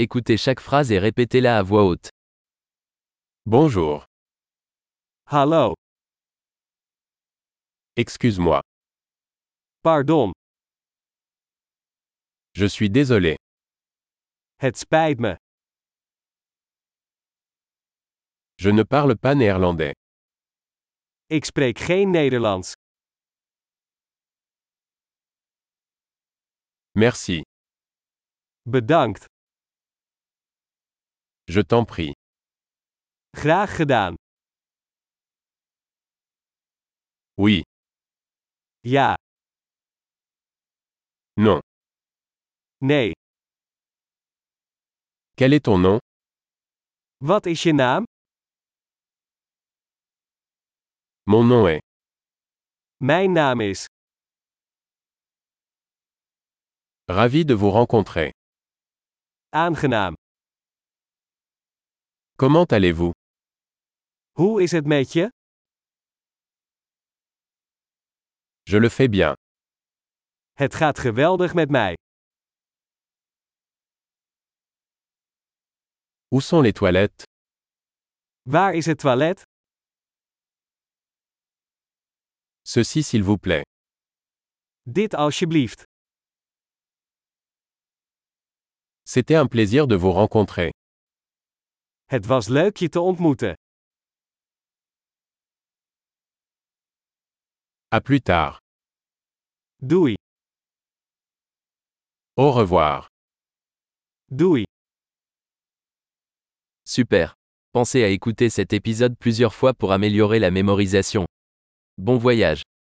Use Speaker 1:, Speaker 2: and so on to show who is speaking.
Speaker 1: Écoutez chaque phrase et répétez-la à voix haute.
Speaker 2: Bonjour,
Speaker 3: Hallo,
Speaker 2: excuse-moi,
Speaker 3: pardon,
Speaker 2: je suis désolé,
Speaker 3: het spijt me.
Speaker 2: je ne parle pas néerlandais.
Speaker 3: Ik spreek geen Nederlands.
Speaker 2: Merci,
Speaker 3: Bedankt,
Speaker 2: je t'en prie.
Speaker 3: graag gedaan.
Speaker 2: Oui,
Speaker 3: Ja,
Speaker 2: non.
Speaker 3: nee.
Speaker 2: Quel est ton nom
Speaker 3: Wat is je naam?
Speaker 2: Mon nom est.
Speaker 3: Mijn naam is.
Speaker 2: Ravi de vous rencontrer.
Speaker 3: Aangenaam.
Speaker 2: Comment allez-vous
Speaker 3: Hoe is het met je?
Speaker 2: Je le fais bien.
Speaker 3: Het gaat geweldig met mij.
Speaker 2: Où sont les toilettes
Speaker 3: Waar is het toilet?
Speaker 2: Ceci s'il vous plaît.
Speaker 3: Dit alsjeblieft.
Speaker 2: C'était un plaisir de vous rencontrer.
Speaker 3: Het was leuk je te ontmoeten.
Speaker 2: À plus tard.
Speaker 3: Doei,
Speaker 2: Au revoir.
Speaker 3: doei.
Speaker 1: Super. Pensez à écouter cet épisode plusieurs fois pour améliorer la mémorisation. Bon voyage.